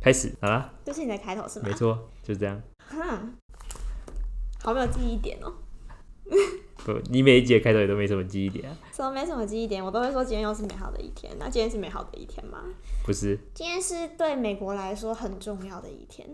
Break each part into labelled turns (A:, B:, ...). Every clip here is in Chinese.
A: 开始好啦，
B: 就是你的开头是吗
A: 没？错，就是这样。
B: 哈，好没有记忆点哦、
A: 不，你每一集的开头也都没什么记忆点、啊，
B: 说没什么记忆点，我都会说今天又是美好的一天。那今天是美好的一天吗？
A: 不是？
B: 今天是对美国来说很重要的一天，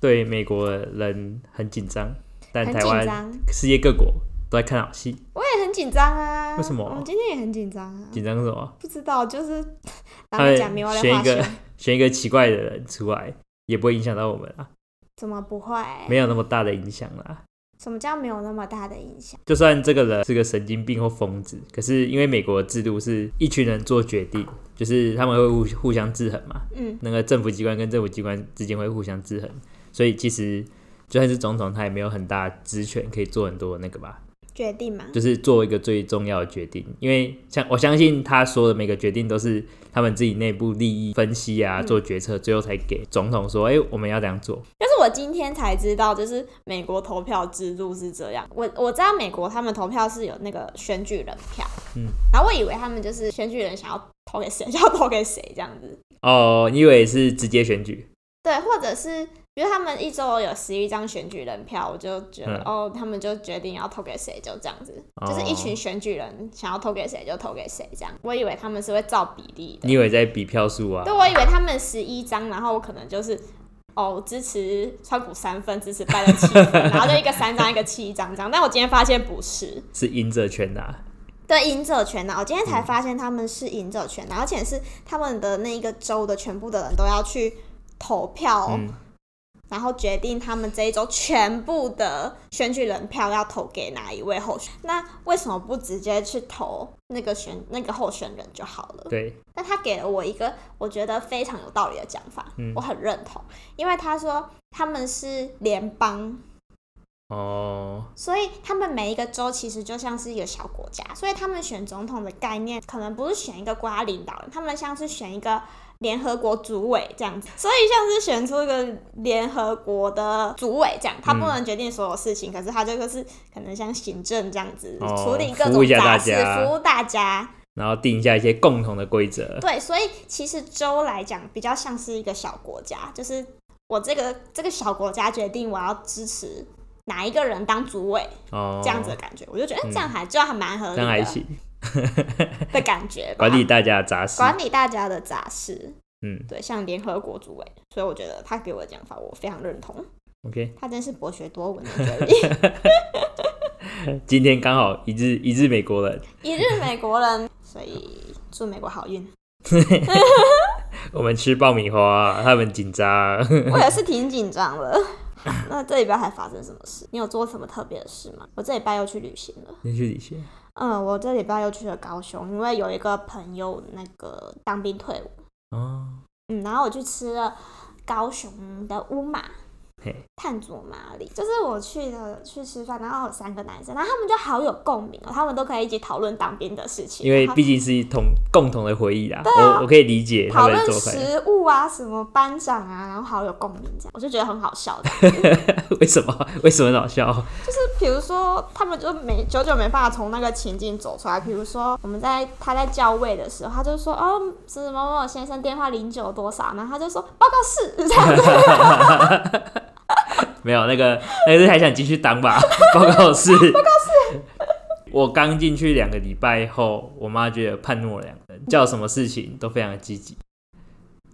A: 对美国人很紧张，但
B: 很
A: 台
B: 紧
A: 湾、
B: 张。
A: 世界各国都在看好戏。
B: 我也很紧张啊。
A: 为什么
B: 我们今天也很紧张啊。
A: 紧张什么？
B: 不知道，就是
A: 他
B: 咱
A: 们
B: 们讲明话的
A: 选
B: 话
A: 一个选一个奇怪的人出来，也不会影响到我们啊，
B: 怎么不会？
A: 没有那么大的影响啦。
B: 什么叫没有那么大的影响？
A: 就算这个人是个神经病或疯子，可是因为美国的制度是一群人做决定，就是他们会互互相制衡嘛，
B: 嗯，
A: 那个政府机关跟政府机关之间会互相制衡，所以其实就算是总统，他也没有很大职权可以做很多那个吧，
B: 决定嘛。
A: 就是做一个最重要的决定，因为像我相信他说的每个决定都是他们自己内部利益分析啊，
B: 嗯
A: 做决策，最后才给总统说，哎、我们要这样做，
B: 但是我今天才知道，就是美国投票制度是这样。我我知道美国他们投票是有那个选举人票，
A: 嗯，
B: 然后我以为他们就是选举人想要投给谁，想要投给谁这样子。
A: 哦，你以为是直接选举？
B: 对，或者是比如他们一周有十一张选举人票，我就觉得、
A: 嗯
B: 哦，他们就决定要投给谁，就这样子，就是一群
A: 哦
B: 选举人想要投给谁就投给谁这样。我以为他们是会照比例的
A: 你，以为在比票数啊
B: 对，？我以为他们十一张，然后我可能就是哦支持川普三分，支持拜登七分，然后就一个三张，一个七张这样。但我今天发现不是，
A: 是赢者全拿。
B: 对赢者全拿。我今天才发现他们是赢者全拿，而且是他们的那一个州的全部的人都要去投票、
A: 嗯，
B: 然后决定他们这一周全部的选举人票要投给哪一位候选。那为什么不直接去投那个选那个候选人就好了？
A: 对，
B: 那他给了我一个我觉得非常有道理的讲法，
A: 嗯
B: 我很认同，因为他说他们是联邦，
A: 哦，
B: 所以他们每一个州其实就像是一个小国家，所以他们选总统的概念可能不是选一个国家领导人，他们像是选一个联合国主委这样子，所以像是选出一个联合国的主委这样，他不
A: 嗯
B: 能决定所有事情，可是他这个是可能像行政这样子、
A: 哦
B: 处理各
A: 服务
B: 种
A: 一下大
B: 杂事
A: 家，
B: 服务大家。
A: 然后定一下一些共同的规则。
B: 对，所以其实州来讲比较像是一个小国家，就是我这个这个小国家决定我要支持哪一个人当主委
A: 哦，嗯
B: 这样子的感觉，我就觉得哎这样还、这样还蛮合理
A: 这样还
B: 的
A: 行，
B: 的感觉吧。
A: 管理大家的杂事。
B: 管理大家的杂事，
A: 嗯
B: 对，像联合国主委，所以我觉得他给我的讲法我非常认同，
A: ，OK，
B: 他真是博学多闻的 Jerry，
A: 今天刚好一日一日美国人，
B: 一日美国人，所以祝美国好运。
A: 我们吃爆米花，他们紧张。
B: 我也是挺紧张的。 那这礼拜还发生什么事？你有做什么特别的事吗？我这礼拜又去旅行了。
A: 先去理学，
B: 嗯，我这礼拜又去了高雄，因为有一个朋友那个当兵退伍，
A: 哦，
B: 嗯，然后我去吃了高雄的乌马
A: 嘿，
B: 炭煮麻里，就是我去的去吃饭，然后有三个男生，然后他们就好有共鸣哦，他们都可以一起讨论当兵的事情，
A: 因为
B: 然后
A: 毕竟是一同共同的回忆啦，我我可以理解他
B: 讨
A: 们
B: 论
A: 做法。
B: 食物啊，什么班长啊，然后好有共鸣这样，我就觉得很好笑的。
A: 为什么？为什么很好笑？
B: 比如说，他们就没久久没办法从那个情境走出来。比如说，我们在他在叫位的时候，他就说：“哦，是某某先生电话零九多少？”然后他就说：“哦报告是。” 这样子，
A: 没有那个，那个是还想进去当 吧？报告是，报告是。我刚进去两个礼拜后，我妈觉得判若两人，叫什么事情都非常的积极，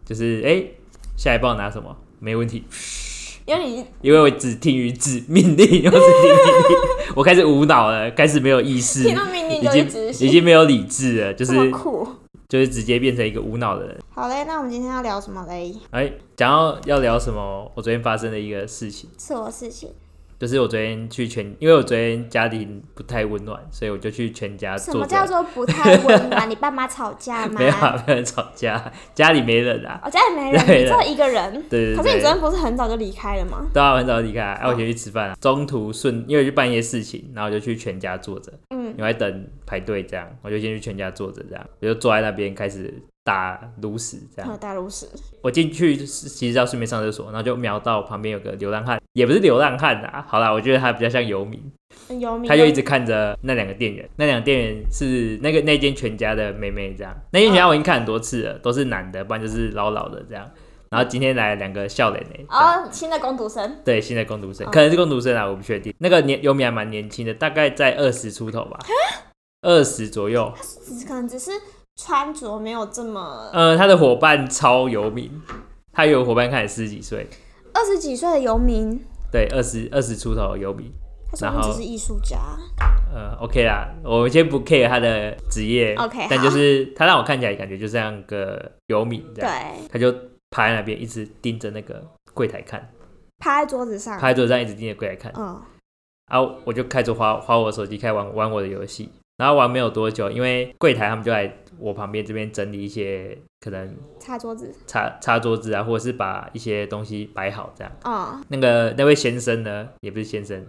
A: 就是哎、诶下一棒拿什么没问题，
B: 因为你
A: 因为我只听于指命令，我只听命令，我开始无脑了，开始没有意 识，
B: 听到命令
A: 已
B: 就
A: 经
B: 去执
A: 已
B: 行，
A: 经没有理智了，就
B: 这么
A: 是
B: 酷。
A: 就是直接变成一个无脑的人。
B: 好嘞，那我们今天要聊什么嘞？
A: 哎、讲到要聊什么，我昨天发生的一个事情。
B: 是我事情，
A: 就是我昨天去全，因为我昨天家庭不太温暖，所以我就去全家
B: 什
A: 做个。
B: 么叫做不太温暖？你爸妈吵架 吗
A: 没？有啊，没有人吵架， 家里没人啊。
B: 我家里没人，
A: 对
B: 你只有一个人。
A: 对对
B: 可是你
A: 对
B: 昨天不是哦很早就离开了吗？
A: 对啊，我很早就离开，然后我先去吃饭、啊，中途顺，因为我去办一些事情，然后我就去全家坐着，
B: 嗯，
A: 因为等排队这样，我就先去全家坐着这样，我就坐在那边开始打炉石这
B: 还
A: 样。
B: 有大如石，
A: 我进去是其实要顺便上厕所，然后就瞄到旁边有个流浪汉，也不是流浪汉啊，好啦，我觉得他比较像游民，
B: 有名。
A: 他就一直看着那两个店员，那两个店员是那个那间全家的妹妹这样，那间全家我已经看很多次了，都是男的，不然就是老老的这样。然后今天来了两个笑脸呢，
B: 哦， 新的攻读生，
A: 对，新的攻读生，
B: 嗯
A: 可能是攻读生啊，我不确定。那个年尤米还蛮年轻的，大概在二十出头吧，二十左右。
B: 只可能只是穿着没有这么
A: 呃，他的伙伴超游民，他有伙伴看起来十几岁，
B: 二十几岁的游民，
A: 对，二十二十出头的游民。
B: 他说不
A: 然
B: 定
A: 后
B: 只是艺术家，
A: 呃，OK 啦，我先不 care 他的职业
B: OK，
A: 但
B: 好
A: 就是他让我看起来感觉就像个游民这样，
B: 对，
A: 他就趴在那边一直盯着那个柜台看，
B: 趴在桌子上
A: 趴，在桌子上一直盯着柜台看，
B: 嗯，
A: 啊，我就开始划划我的手机，开始玩玩我的游戏，然后玩没有多久，因为柜台他们就来我旁边这边整理一些可能
B: 擦桌子，
A: 擦擦桌子啊，或者是把一些东西摆好这样。
B: 嗯，
A: 那个那位先生呢，也不是先生，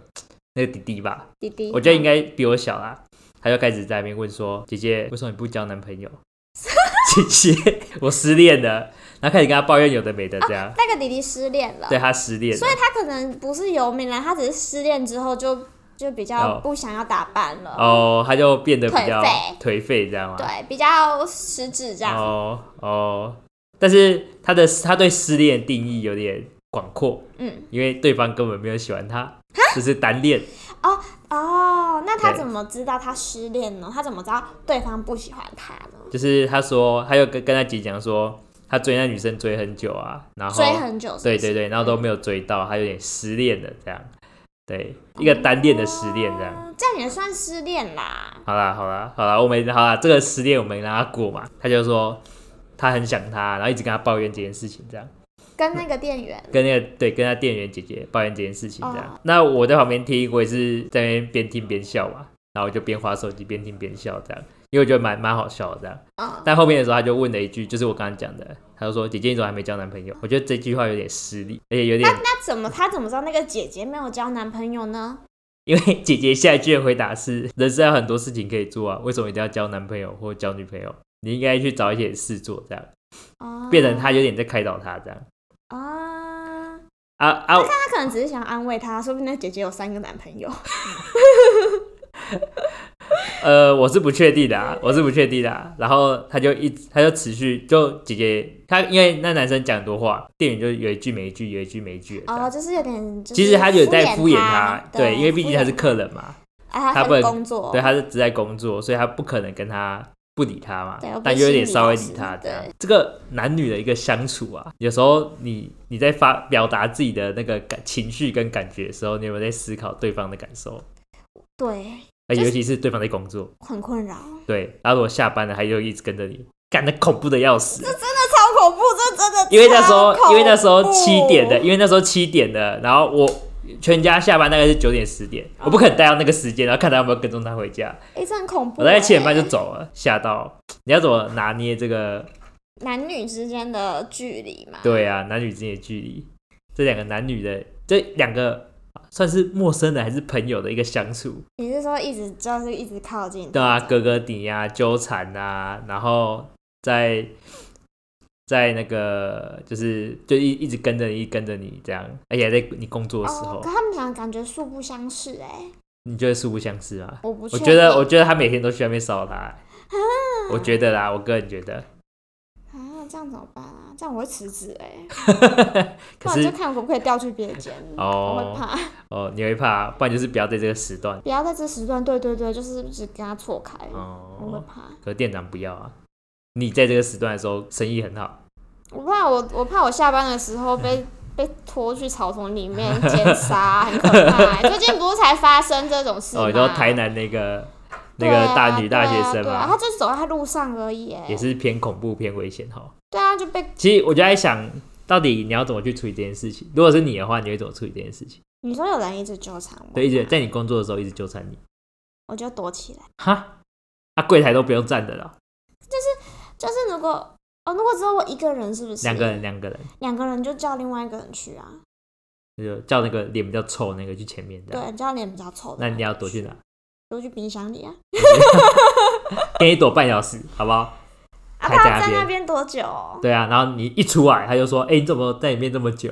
A: 那个弟弟吧，
B: 弟弟，
A: 我觉得应该比我小啦。他就开始在那边问说：“姐姐，为什么你不交男朋友？” 姐姐，我失恋了。然后开始跟他抱怨有的没的这样，
B: 嗯那个弟弟失恋了，
A: 对他失恋了
B: 所以。他可能不是游民啦，他只是失恋之后就就比较
A: 哦
B: 不想要打扮了，
A: 哦，他就变得比较
B: 颓
A: 颓废，这样吗？
B: 对，比较失智这样。
A: 哦哦，但是他的他对失恋的定义有点广阔，
B: 嗯，
A: 因为对方根本没有喜欢他，只是单恋。
B: 哦，那他
A: 对
B: 怎么知道他失恋呢？他怎么知道对方不喜欢他呢？
A: 就是他说，他又跟跟他姐讲说，他追那女生追很久啊，然后
B: 追很久是不
A: 对
B: 是，
A: 对对，然后都没有追到，他有点失恋了这样。对，一个单恋的失恋这样。
B: 哦，这样也算失恋啦。
A: 好啦好啦好啦，我们好啦，这个失恋我们让他过嘛。他就说他很想他，然后一直跟他抱怨这件事情这样。
B: 跟那个店员，
A: 跟那个对，跟他店员姐姐抱怨这件事情这样。
B: 哦
A: 那我在旁边听，我也是在那边边听边笑嘛，然后我就边划手机边听边笑这样，因为我觉得蛮蛮好笑的这样。
B: 嗯，
A: 但后面的时候他就问了一句，就是我刚刚讲的，他就说姐姐你怎么还没交男朋友？我觉得这句话有点失礼，而且有点
B: 那怎么他怎么知道那个姐姐没有交男朋友呢？
A: 因为姐姐下一句的回答是：人生有很多事情可以做啊，为什么一定要交男朋友或交女朋友？你应该去找一些事做，这样
B: 哦，
A: 变成他有点在开导他这样
B: 啊，
A: 啊啊！
B: 他可能只是想安慰他，说不定那姐姐有三个男朋友。
A: 呃，我是不确定的、啊，我是不确定的、啊。然后他就一直，他就持续就姐姐他，因为那男生讲很多话，店员就有一句没一句，有一句没一句的这样。
B: 哦，就是有点，就是
A: 啊其实他有在敷衍
B: 他，
A: 他，对，因为毕竟他是客人嘛，
B: 啊，
A: 他
B: 他
A: 不能
B: 是工作，
A: 对，他是只在工作，所以他不可能跟他不理他嘛
B: 对我，不
A: 但
B: 是
A: 就有
B: 心
A: 点
B: 理
A: 稍微
B: 老
A: 理
B: 师
A: 他这样
B: 对。
A: 这个男女的一个相处啊，有时候你你在发表达自己的那个感情绪跟感觉的时候，你有没有在思考对方的感受？
B: 对，
A: 而
B: 就是
A: 尤其是对方在工作，
B: 很困扰，
A: 对，啊然后如果下班了，他又一直跟着你，干的恐怖的要死。
B: 超恐怖，这真的，
A: 因为那时候，因为那时候七点的，，因为那时候七点的，然后我全家下班大概是九点十点，我不可能待到那个时间，然后看他有没有跟踪他回家。
B: 哎，这很恐怖，欸
A: 我大概七点半就走了，吓到。你要怎么拿捏这个？
B: 男女之间的距离嘛，
A: 对啊，男女之间的距离，这两个男女的这两个啊算是陌生人还是朋友的一个相处，
B: 你是说一直就是一直靠近，
A: 对啊，哥哥你啊，纠缠啊，然后在在那个就是就一一直跟着你，一直跟着你这样，而且还在你工作的时候，
B: 哦，可他们俩感觉素不相识，哎，
A: 你觉得素不相识吗？
B: 我不，
A: 我觉得，啊我觉得他每天都去外面骚扰他、我觉得啦，我个人觉得，
B: 啊，这样怎么办啊？这样我会辞职 哎，
A: 可
B: 那我
A: 是
B: 就看可不可以调去别间，我会
A: 哦
B: 怕，
A: 哦，你会怕，不然就是不要在这个时段
B: 不要在这时段，对对对，就是只跟他错开，我会
A: 哦。
B: 怕。
A: 可是店长不要啊，你在这个时段的时候生意很好，
B: 我怕我，我怕我下班的时候 被被拖去草丛里面奸杀，很可怕欸。最近不是才发生这种事吗？
A: 哦，然后台南那个那
B: 对
A: 个
B: 啊
A: 大女大学
B: 对啊
A: 生
B: 对啊，
A: 嘛
B: 他，就是走在路上而已欸。
A: 也是偏恐怖偏危险哈。
B: 对啊，就被
A: 其实我就在想，到底你要怎么去处理这件事情？如果是你的话，你会怎么处理这件事情？
B: 你说有人一直纠缠我，
A: 对，一直在你工作的时候一直纠缠你，
B: 我就躲起来。
A: 哈，啊，柜台都不用站的了，
B: 就是如果哦，如果只有我一个人，是不是？
A: 两个人两个人。
B: 两个人就叫另外一个人去啊。
A: 那就叫那个脸比较臭那个去前面这样。
B: 对，叫脸比较臭的。
A: 那你要躲去？哪？
B: 躲去冰箱里啊。
A: 给你躲半小时，好不好？
B: 啊，
A: 还
B: 他
A: 在
B: 要
A: 那
B: 在
A: 边
B: 那边多久？啊，
A: 对啊，然后你一出来，他就说：“哎、你怎么在里面这么久？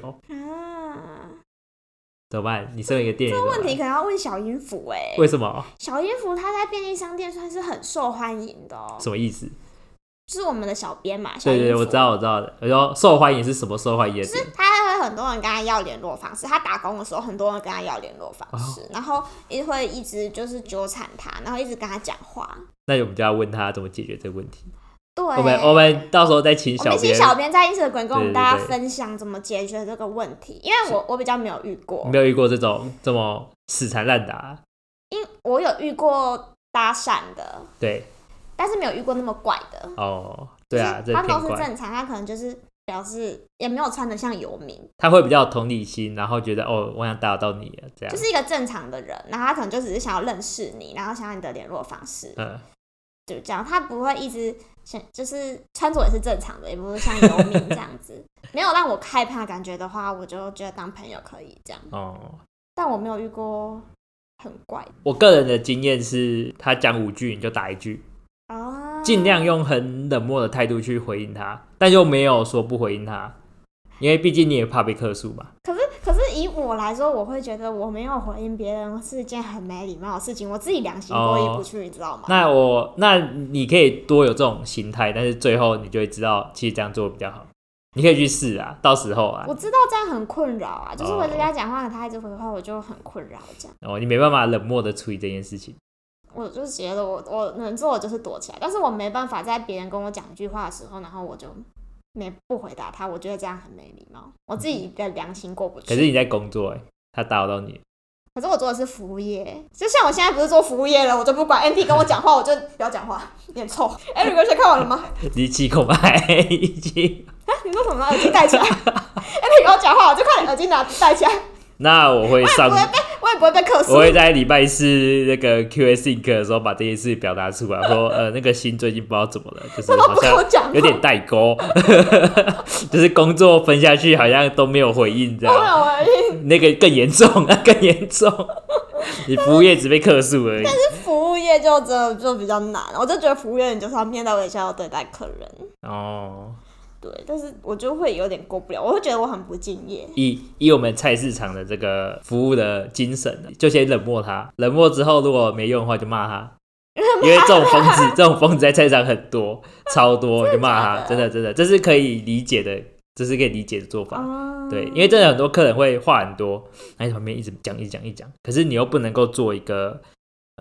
A: 怎么办？你身为一个店员，
B: 这问
A: 怎么
B: 题可能要问小音符哎
A: 办。为什么？
B: 小音符它在便利商店算是很受欢迎的哦，
A: 什么意思？
B: 就是我们的小编嘛，小
A: 对对对，
B: 音符
A: 我知道我知道的。我说受欢迎是什么受欢迎的
B: 就
A: 点
B: 是？他会很多人跟他要联络方式，他打工的时候很多人跟他要联络方式，
A: 哦
B: 然后也会一直就是纠缠他，然后一直跟他讲话。
A: 那我们就要问他怎么解决这个问题。
B: 对，
A: 我们我们到时候再请
B: 我
A: 小
B: 们请
A: 编，
B: 小编在 Instagram 跟我
A: 对对
B: 们大家
A: 对
B: 分享怎么解决这个问题，因为我我比较没有遇过，
A: 没有遇过这种这么死缠烂打，
B: 因我有遇过搭讪的，
A: 对
B: 但是没有遇过那么怪的。
A: 哦，对啊，这
B: 就是他
A: 挺
B: 们都是
A: 怪。
B: 正常，他可能就是表示也没有穿的像游民，
A: 他会比较有同理心，然后觉得哦，我想打扰到你了，这样
B: 就。是一个正常的人，然后他可能就只是想要认识你，然后想要你的联络方式，
A: 嗯，
B: 就这样，他不会一直想，就是穿着也是正常的，也不是像游民这样子， 没有让我害怕感觉的话，我就觉得当朋友可以这样，
A: 哦，
B: 但我没有遇过很怪
A: 我个人的经验是，他讲五句你就打一句，
B: 的哦，
A: 尽量用很冷漠的态度去回应他，但又没有说不回应他，因为毕竟你也怕被客诉嘛。
B: 可是，可是以我来说，我会觉得我没有回应别人是一件很没礼貌的事情，我自己良心过意不去，你知道吗？
A: 那我那你可以多有这种心态，但是最后你就会知道，其实这样做比较好。你可以去试啊，到时候啊
B: 我，知道这样很困扰啊，就是我在家讲话，他一直回话，我就很困扰。这样，
A: 哦，你没办法冷漠的处理这件事情。
B: 我就觉得我我能做的就是躲起来，但是我没办法在别人跟我讲一句话的时候，然后我就没不回答他，我觉得这样很没礼貌，我自己的良心过不去。
A: 可是你在工作、欸，他打扰到你，
B: 可是我做的是服务业，就像我现在不是做服务业了，我就不管 NT 跟我讲话，我就不要讲话，脸臭。哎、欸，你们先看完了吗？
A: 你气孔白已经。
B: 你说什么？耳机戴起来？哎、 你跟我讲话，我就快点耳机拿戴起来，
A: 那我会上，
B: 不会被，哎我也不会被克
A: 啊我
B: 诉。
A: 会在礼拜四那个 Q&A sync 的时候把这件事表达出来，说呃那个心最近不知道怎么了，就是
B: 么
A: 好
B: 不跟我讲话
A: 像有点代沟， 就是工作分下去好像都没有回应这
B: 我没
A: 样，
B: 有耳机，
A: 那个更严重，那更严重， 你服务业只被客诉而已。
B: 服务业就真的就比较难。我就觉得服务业你就是要面带微笑对待客人，
A: 哦，
B: 对。但是我就会有点过不了，我会觉得我很不敬业。
A: 以以我们菜市场的这个服务的精神，就先冷漠他，冷漠之后如果没用的话就骂他，因为这种疯子，这种疯子在菜市场很多，超多，就骂他，真的真的，这是可以理解的，这是可以理解的做法。
B: 哦，
A: 对，因为真的很多客人会话很多，然后在旁边一直讲一直讲一直讲，可是你又不能够做一个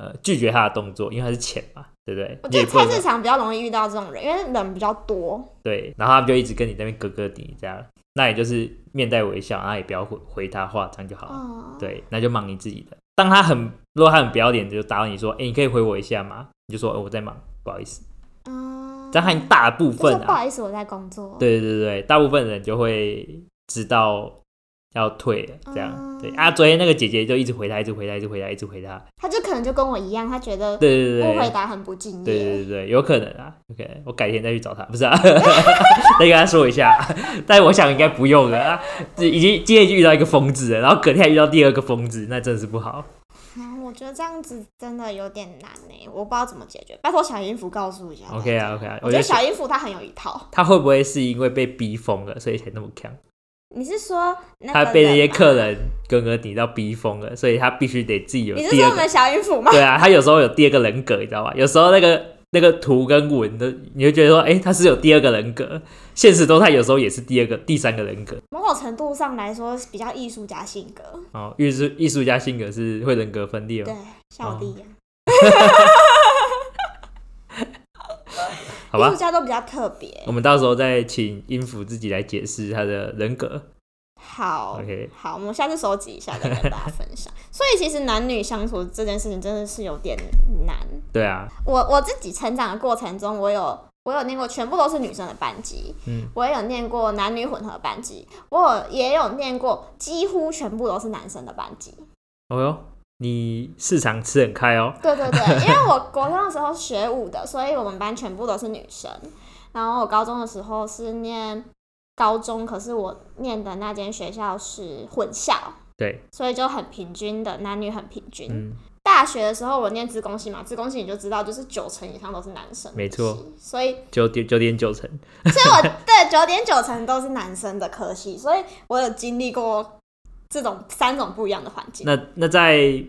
A: 呃拒绝他的动作，因为他是钱嘛，对不对
B: 我？
A: 你
B: 觉
A: 也
B: 得
A: 不
B: 哦菜
A: 能
B: 市场比较容易遇到这种人，因为人比较多。
A: 对，然后他们就一直跟你在那边咯咯滴这样，那你就是面带微笑，然后也不要回回他话，这样就好了。
B: 哦，
A: 啊对，那就忙你自己的。当他很，如果他很不要脸，就打扰你说，哎、你可以回我一下吗？你就说，哦我在忙，不好意思。
B: 哦，
A: 但他大部
B: 就
A: 分
B: 说不
A: 啊，
B: 好意思，我在工作。，
A: 对对对对，大部分人就会知道要退了，这样。
B: 哦
A: 对啊，昨天那个姐姐就一直回他，一直回他，一直回他，一直回他。
B: 他就可能就跟我一样，他觉得
A: 对对对
B: 不回
A: 对。
B: 答很不敬业。
A: 对对对对，有可能啊，OK，我改天再去找他，不是啊， 再跟他说一下， 但我想应该不用了啊，这已经今天就遇到一个疯子了，然后隔天还遇到第二个疯子，那真的是不好。
B: 啊，我觉得这样子真的有点难呢、我不知道怎么解决。拜托小音符告诉一下。
A: OK 啊，OK 啊，
B: 我觉得小音符他很有一套。
A: 他会不会是因为被逼疯了，所以才那么强？
B: 你是说那
A: 他
B: 个
A: 被那些
B: 人吗
A: 客人跟哥你到逼疯了，所以他必须得自己有
B: 你是
A: 第
B: 说
A: 二
B: 我
A: 个。
B: 们小音符 吗？
A: 对啊，他有时候有第二个人格，你知道吧？有时候那个那个图跟文的，你会觉得说，哎、他是有第二个人格。现实中他有时候也是第二个、第三个人格。
B: 某种程度上来说，比较艺术家性格，
A: 哦，艺术艺术家性格是会人格分裂
B: 对
A: 吗？，
B: 像我弟一
A: 哦
B: 啊样，
A: 好
B: 艺术
A: 吧，
B: 家都比较特别。
A: 我们到时候再请音符自己来解释他的人格。
B: 好
A: OK
B: 好，我们下次收集一下再跟大家分享。 所以其实男女相处这件事情真的是有点难。
A: 对啊，
B: 我我自己成长的过程中，我有我有念过全部都是女生的班级，
A: 嗯，
B: 我也有念过男女混合班级，我有也有念过几乎全部都是男生的班级。
A: 哦哟，你市场吃很开哦。
B: 对 对对，因为我国中的时候学舞的，所以我们班全部都是女生。然后我高中的时候是念高中，可是我念的那间学校是混校，
A: 对，
B: 所以就很平均的，男女很平均。
A: 嗯，
B: 大学的时候我念资工系嘛，资工系你就知道，就是九成以上都是男生，
A: 没错。
B: 所以
A: 九点九点九成。
B: 所以我对九点九成都是男生的科系，所以我有经历过这种三种不一样的环境。
A: 那那在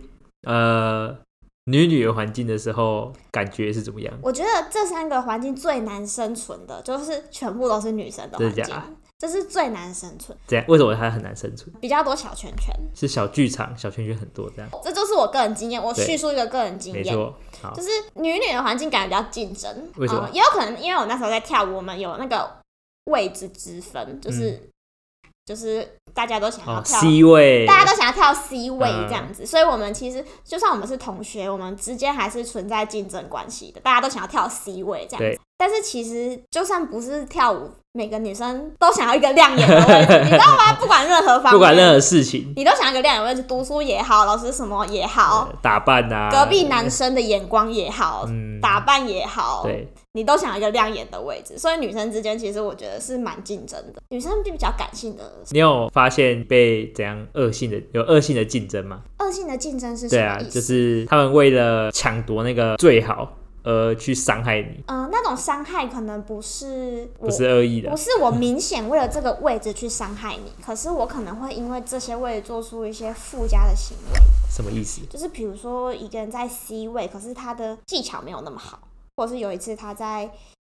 A: 呃女女的环境的时候，感觉是怎么样？
B: 我觉得这三个环境最难生存的，就是全部都是女生的
A: 真
B: 环
A: 的假
B: 境
A: 的，
B: 这是最难生存，
A: 怎样？为什么它很难生存？
B: 比较多小圈圈。
A: 是小剧场、小圈圈很多这样，
B: 这就是我个人经验，我
A: 对
B: 叙述一个个人经
A: 没
B: 验，
A: 错。好
B: 就，是女女的环境感觉比较竞争，
A: 为什么
B: 嗯也有可能因为我那时候在跳舞，我们有那个位置之分，就是、就是大家都想要
A: 嗯哦
B: 跳。
A: ，C 位，
B: 大家都想要跳 C 位
A: 嗯
B: 这样子，所以我们其实就算我们是同学，我们之间还是存在竞争关系的。大家都想要跳 C 位这样
A: 对
B: 子，但是其实就算不是跳舞，每个女生都想要一个亮眼的位 置，你知道吗？不管任何方面，
A: 不管任何事情，
B: 你都想要一个亮眼的位置，读书也好，老师什么也好，
A: 呃打扮啊，
B: 隔壁男生的眼光也好，
A: 嗯
B: 打扮也好，
A: 对，
B: 你都想要一个亮眼的位置。所以女生之间其实我觉得是蛮竞争的，女生比较感性的，
A: 你有发现被怎样恶性的有恶性的竞争吗？
B: 恶性的竞争是什
A: 对
B: 么
A: 啊，
B: 意思？
A: 就是他们为了抢夺那个最好而去伤害你，
B: 嗯、那种伤害可能不是我，
A: 不是恶意啊
B: 不
A: 的，
B: 是我明显为了这个位置去伤害你，可是我可能会因为这些位置做出一些附加的行为，
A: 什么意思？
B: 就是比如说一个人在 C 位，可是他的技巧没有那么好，或者是有一次他在。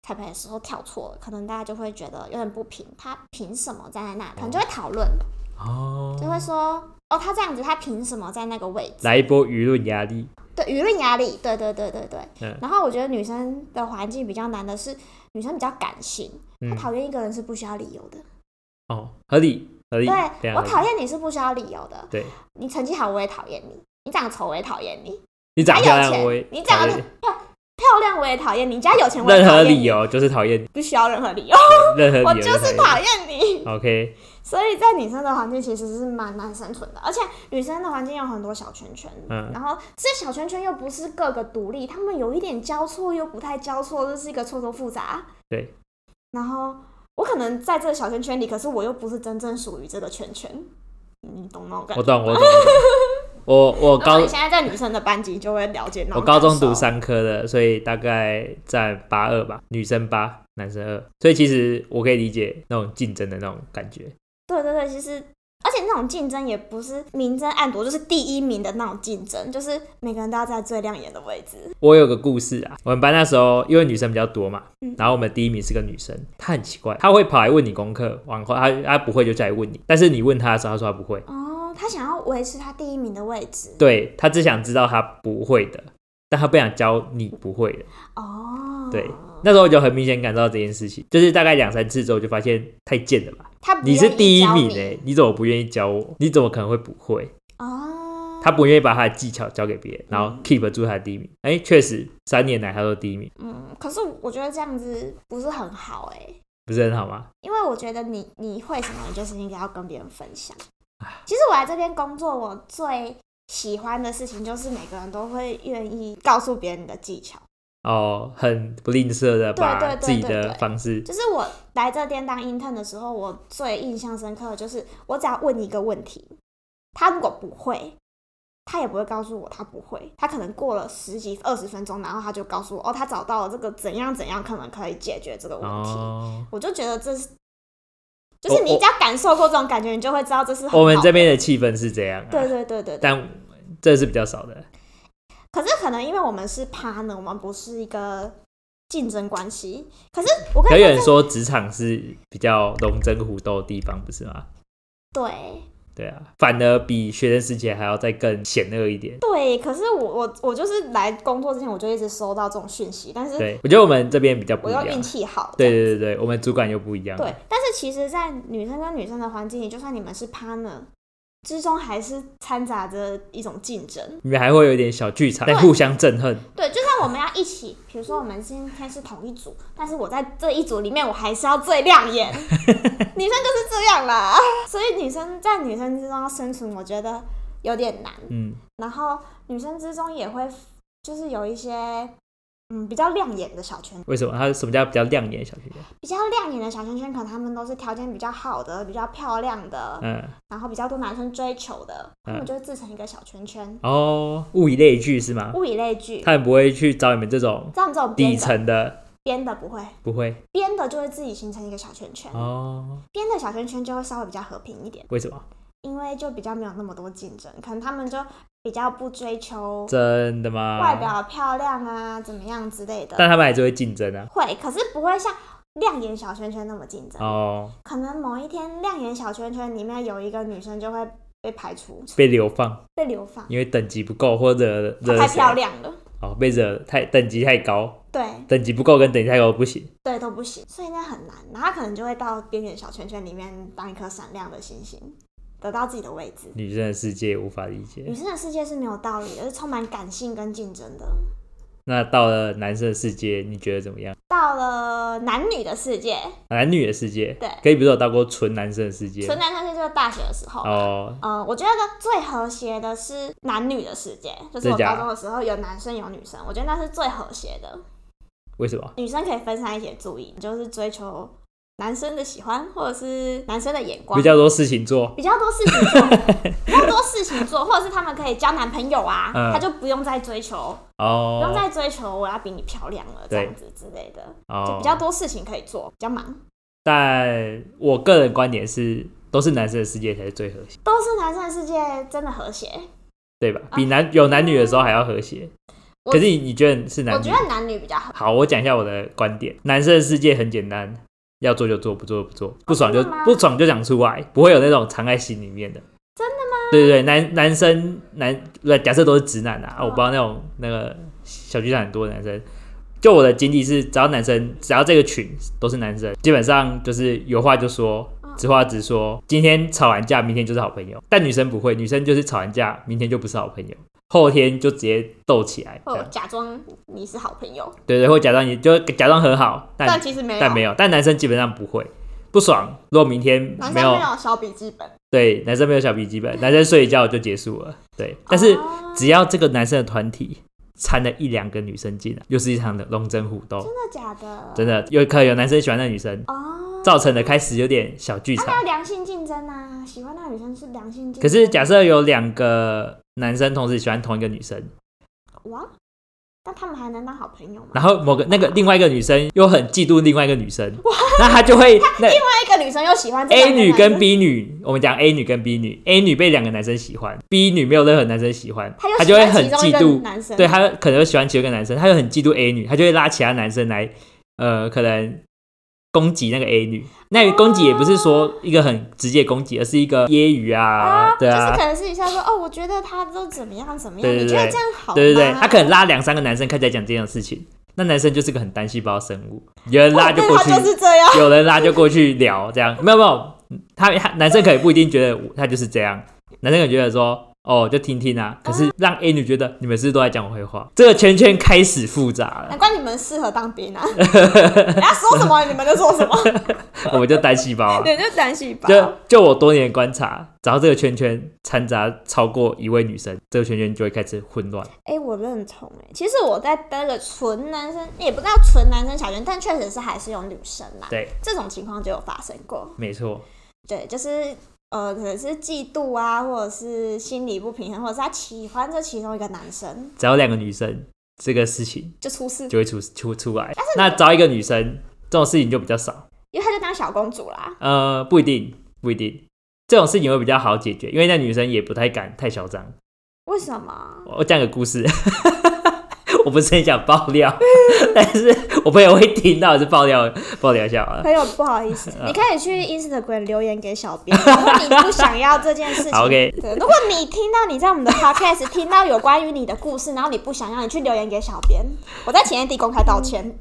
B: 彩排的时候跳错了，可能大家就会觉得有点不平，他凭什么站在那？可能就会讨论，就
A: 哦，
B: 会说，哦，他这样子，他凭什么在那个位置？
A: 来一波舆论压力，
B: 对舆论压力，对对对对对。
A: 嗯
B: 然后我觉得女生的环境比较难的是，女生比较感性，她
A: 嗯，
B: 讨厌一个人是不需要理由的。
A: 哦，合理合理，非
B: 对
A: 常
B: 我
A: 合理
B: 讨厌你是不需要理由的。
A: 对，
B: 你成绩好我也讨厌你，你长得丑我也讨厌你，
A: 你长
B: 还
A: 得
B: 有
A: 漂亮
B: 钱
A: 我也
B: 你
A: 讨
B: 长得
A: 厌，
B: 漂亮我也讨厌你，你家有钱我也
A: 任
B: 讨
A: 何
B: 厌
A: 理
B: 你，
A: 由就是讨厌你，
B: 不需要任何理由，
A: 对任何
B: 我
A: 理由
B: 就是
A: 讨
B: 讨
A: 厌
B: 厌
A: 你。
B: 你。
A: OK，
B: 所以在女生的环境其实是蛮难生存的，而且女生的环境有很多小圈圈，
A: 嗯
B: 然后这些小圈圈又不是各个独立，他们有一点交错又不太交错，这是一个错综复杂。
A: 对，
B: 然后我可能在这个小圈圈里，可是我又不是真正属于这个圈圈，你懂那种感
A: 我
B: 觉？
A: 懂我懂。我懂我我
B: 然后
A: 高
B: 你现在在女生的班级就会了解那
A: 我
B: 种
A: 高中
B: 感受
A: 读，三科的，所以大概占八二吧，女生八，男生二，所以其实我可以理解那种竞争的那种感觉。
B: 对对对，其实。而且那种竞争也不是明争暗夺，就是第一名的那种竞争，就是每个人都要在最亮眼的位置。
A: 我有个故事啊，我们班那时候因为女生比较多嘛
B: 嗯，
A: 然后我们第一名是个女生，她很奇怪，她会跑来问你功课，往后她她不会就再来问你，但是你问她的时候，她说她不会，
B: 哦，他想要维持他第一名的位置。
A: 对她只想知道她不会的，但她不想教你不会的。
B: 哦，
A: 对，那时候我就很明显感到这件事情，就是大概两三次之后就发现太贱了吧，
B: 他不
A: 你是
B: 愿意
A: 第一
B: 教
A: 名
B: 你
A: 哎、你怎么不愿意教我？你怎么可能会不会？
B: 哦，
A: 他不愿意把他的技巧交给别人，然后 keep 住他的第一名。哎、确实三年来他都第一名，
B: 嗯，可是我觉得这样子不是很好哎、
A: 不是很好吗？
B: 因为我觉得你你会什么，你就是应该要跟别人分享。其实我来这边工作，我最喜欢的事情就是每个人都会愿意告诉别人你的技巧。
A: 哦，很不吝啬的
B: 对
A: 把
B: 对对
A: 自己
B: 对
A: 的
B: 对
A: 方式，
B: 就是我来这边当 intern 的时候，我最印象深刻的就是，我只要问一个问题，他如果不会，他也不会告诉我他不会，他可能过了十几二十分钟，然后他就告诉我，哦，他找到了这个怎样怎样，可能可以解决这个问题。
A: 哦，
B: 我就觉得这是，就
A: 我
B: 是你只要感受过这种感觉，你就会知道这是很
A: 我们
B: 好欸
A: 这边的气氛是这样、啊，
B: 对对对对对。
A: 但这是比较少的，
B: 可是可能因为我们是 partner，我们不是一个竞争关系。可是我跟
A: 可
B: 你
A: 有
B: 说
A: 人说职场是比较龙争虎斗的地方，不是吗？
B: 这，对
A: 对啊，反而比学生时期还要再更险恶一点。
B: 对。可是我我我就是来工作之前，我就一直收到这种讯息，但是
A: 对，我觉得我们这边比较不
B: 我
A: 一
B: 又
A: 样啊
B: 运。气好。
A: 对
B: 这样
A: 对对对，我们主管又不一样。
B: 对，但是其实，在女生跟女生的环境里，就算你们是 partner 之中，还是掺杂着一种竞争。
A: 你们还会有一点小剧场，在
B: 对
A: 互相憎恨。
B: 对，就算我们要一起，比如说我们今天是同一组，但是我在这一组里面，我还是要最亮 眼。女生就是这样啦， 所以女生在女生之中要生存，我觉得有点难。
A: 嗯，
B: 然后女生之中也会就是有一些嗯比较亮眼的小圈，
A: 为什么？他什么叫比较亮眼的小学生？
B: 比较亮眼的小圈圈，可能他们都是条件比较好的、比较漂亮的，
A: 嗯，
B: 然后比较多男生追求的，
A: 嗯
B: 他们就会自成一个小圈圈。
A: 哦，物以类聚是吗？
B: 物以类聚，
A: 嗯他们不会去找你们这种
B: 像这种
A: 底
B: 编的
A: 层的，
B: 编的不会，
A: 不会
B: 编的就会自己形成一个小圈圈。
A: 哦？
B: 边的小圈圈就会稍微比较和平一点，
A: 为什么？
B: 因为就比较没有那么多竞争，可能他们就比较不追求
A: 真的吗？
B: 外表漂亮啊，怎么样之类的，
A: 但他们还是会竞争啊。
B: 会，可是不会像亮眼小圈圈那么竞争。
A: 哦，
B: 可能某一天亮眼小圈圈里面有一个女生就会被排除、
A: 被流放，
B: 被流放，
A: 因为等级不够或者惹
B: 太
A: 谁
B: 漂亮了。
A: 哦，被惹太等级太高，
B: 对
A: 等级不够跟等级太高不行。
B: 对都不行，所以那很难。然后她可能就会到边缘小圈圈里面当一颗闪亮的星星，得到自己的位置。
A: 女生的世界无法理解
B: 女，生的世界是没有道理的，是充满感性跟竞争的。
A: 那到了男生的世界，你觉得怎么样？
B: 到了男女的世界，
A: 男女的世界，
B: 对
A: 可以不是有到过纯男生的世界吗
B: 纯男生就是大学的时候。
A: 哦，
B: 呃，我觉得最和谐的是男女的世界，就是
A: 真
B: 我
A: 假
B: 高中的时候有男生有女生，我觉得那是最和谐的。
A: 为什么？
B: 女生可以分散一些注意，就是追求男生的喜欢，或者是男生的眼光，
A: 比较多事情做，
B: 比较多事情做，比较多事情做，或者是他们可以交男朋友啊，
A: 嗯
B: 他就不用再追求，不用
A: 哦
B: 再追求我要比你漂亮了这
A: 对
B: 样子之类的，就比较
A: 哦。
B: 多事情可以做，比较忙。
A: 但我个人观点是，都是男生的世界才是最和谐，
B: 都是男生的世界真的和谐，
A: 对吧？比男有男女的时候还要和谐。
B: 啊我
A: 可是你你觉得是
B: 我
A: 男女
B: 觉？得男女比较和。
A: 好，我讲一下我的观点。男生的世界很简单，要做就做，不做就不做，不爽就
B: 哦真的吗
A: 不爽就讲出来，不会有那种藏在心里面的。
B: 真
A: 的吗？对对对，男男生男对，假设都是直男啊，啊我不知道那种那个小剧场很多的男生。就我的经历是，只要男生，只要这个群都是男生，基本上就是有话就说，
B: 哦
A: 直话直说。今天吵完架，明天就是好朋友。但女生不会，女生就是吵完架，明天就不是好朋友，后天就直接斗起来。这
B: 或
A: 样
B: 假装你是好朋友，
A: 对对，会假装你就假装和好，但
B: 但其实没有。
A: 但没有，但男生基本上不会不爽。如果明天
B: 男
A: 没
B: 生
A: 有
B: 没有小笔记本，
A: 对男生没有小笔记本，男生睡一觉就结束了。对，但是
B: 哦
A: 只要这个男生的团体掺了一两个女生进来，又是一场的龙争虎斗，
B: 真的假的？
A: 真的有可能有男生喜欢那女生，
B: 哦，
A: 造成的开始有点小剧
B: 啊，
A: 场
B: 那。要良性竞争啊，喜欢那女生是良性竞争。
A: 可是假设有两个男生同时喜欢同一个女生，
B: 哇，那他们还能当好朋友吗？
A: 然后某个那个另外一个女生又很嫉妒另外一个女 生，那他就会那
B: 那一个女生又喜欢这
A: A
B: 两个
A: 女
B: 男生
A: 跟 B 女，我们讲 A 女跟 B 女，A 女被两个男生喜欢，B 女没有任何男生喜欢，她
B: 他
A: 就会
B: 就喜
A: 很
B: 欢
A: 嫉
B: 其中一个
A: 妒，
B: 男生，
A: 对，她可能会喜欢其中一个男生，她就很嫉妒 A 女，她就会拉其他男生来，呃，可能攻击那个 A 女。那
B: 哦
A: 攻击也不是说一个很直接攻击，而是一个揶揄啊，对
B: 就是
A: 啊，
B: 可能私底下说哦，我觉得他都怎么样怎么样，
A: 对对
B: 你觉得
A: 对
B: 这样好吗？
A: 对对对，她可能 拉两三个男生开始讲这样的事情，那男生就是个很单细胞生物，有人拉就过去，
B: 哦他就是这样，
A: 有人拉就过去聊，这样没有没有，他他男生可以不一定觉得他就是这样，男生可能觉得说哦就听听啊，可是让 A 女觉得你们是不是都在讲我坏话，这个圈圈开始复杂了
B: 难，怪你们适合当兵 啊！ 人家说什么你们就说什么，
A: 我们就单细胞啊。
B: 对，就单细胞。
A: 就就我多年观察，只要这个圈圈掺杂超过一位女生，这个圈圈就会开始混乱。
B: 哎、我认同哎、其实我在那个纯男生，也不知道纯男生小圈，但确实是还是有女生啦。
A: 对，
B: 这种情况就有发生过。
A: 没错，
B: 对，就是呃，可能是嫉妒啊，或者是心理不平衡，或者是他喜欢这其中一个男生，
A: 只要两个女生，这个事情
B: 就出事，
A: 就会出出出来。那找一个女生，这种事情就比较少。
B: 因为他就当小公主啦。
A: 呃，不一定，不一定，这种事情会比较好解决，因为那女生也不太敢太嚣张。
B: 为什么？
A: 我讲个故事， 我不是很想爆料， 但是我朋友会听到，是爆料爆料一下好了。
B: 朋友，不好 意思，你可以去 Instagram 留言给小编，如果你不想要这件事情。
A: 好，OK，
B: 对如果你听到你在我们的 podcast 听到有关于你的故事，然后你不想要，你去留言给小编，我在前一地公开道歉。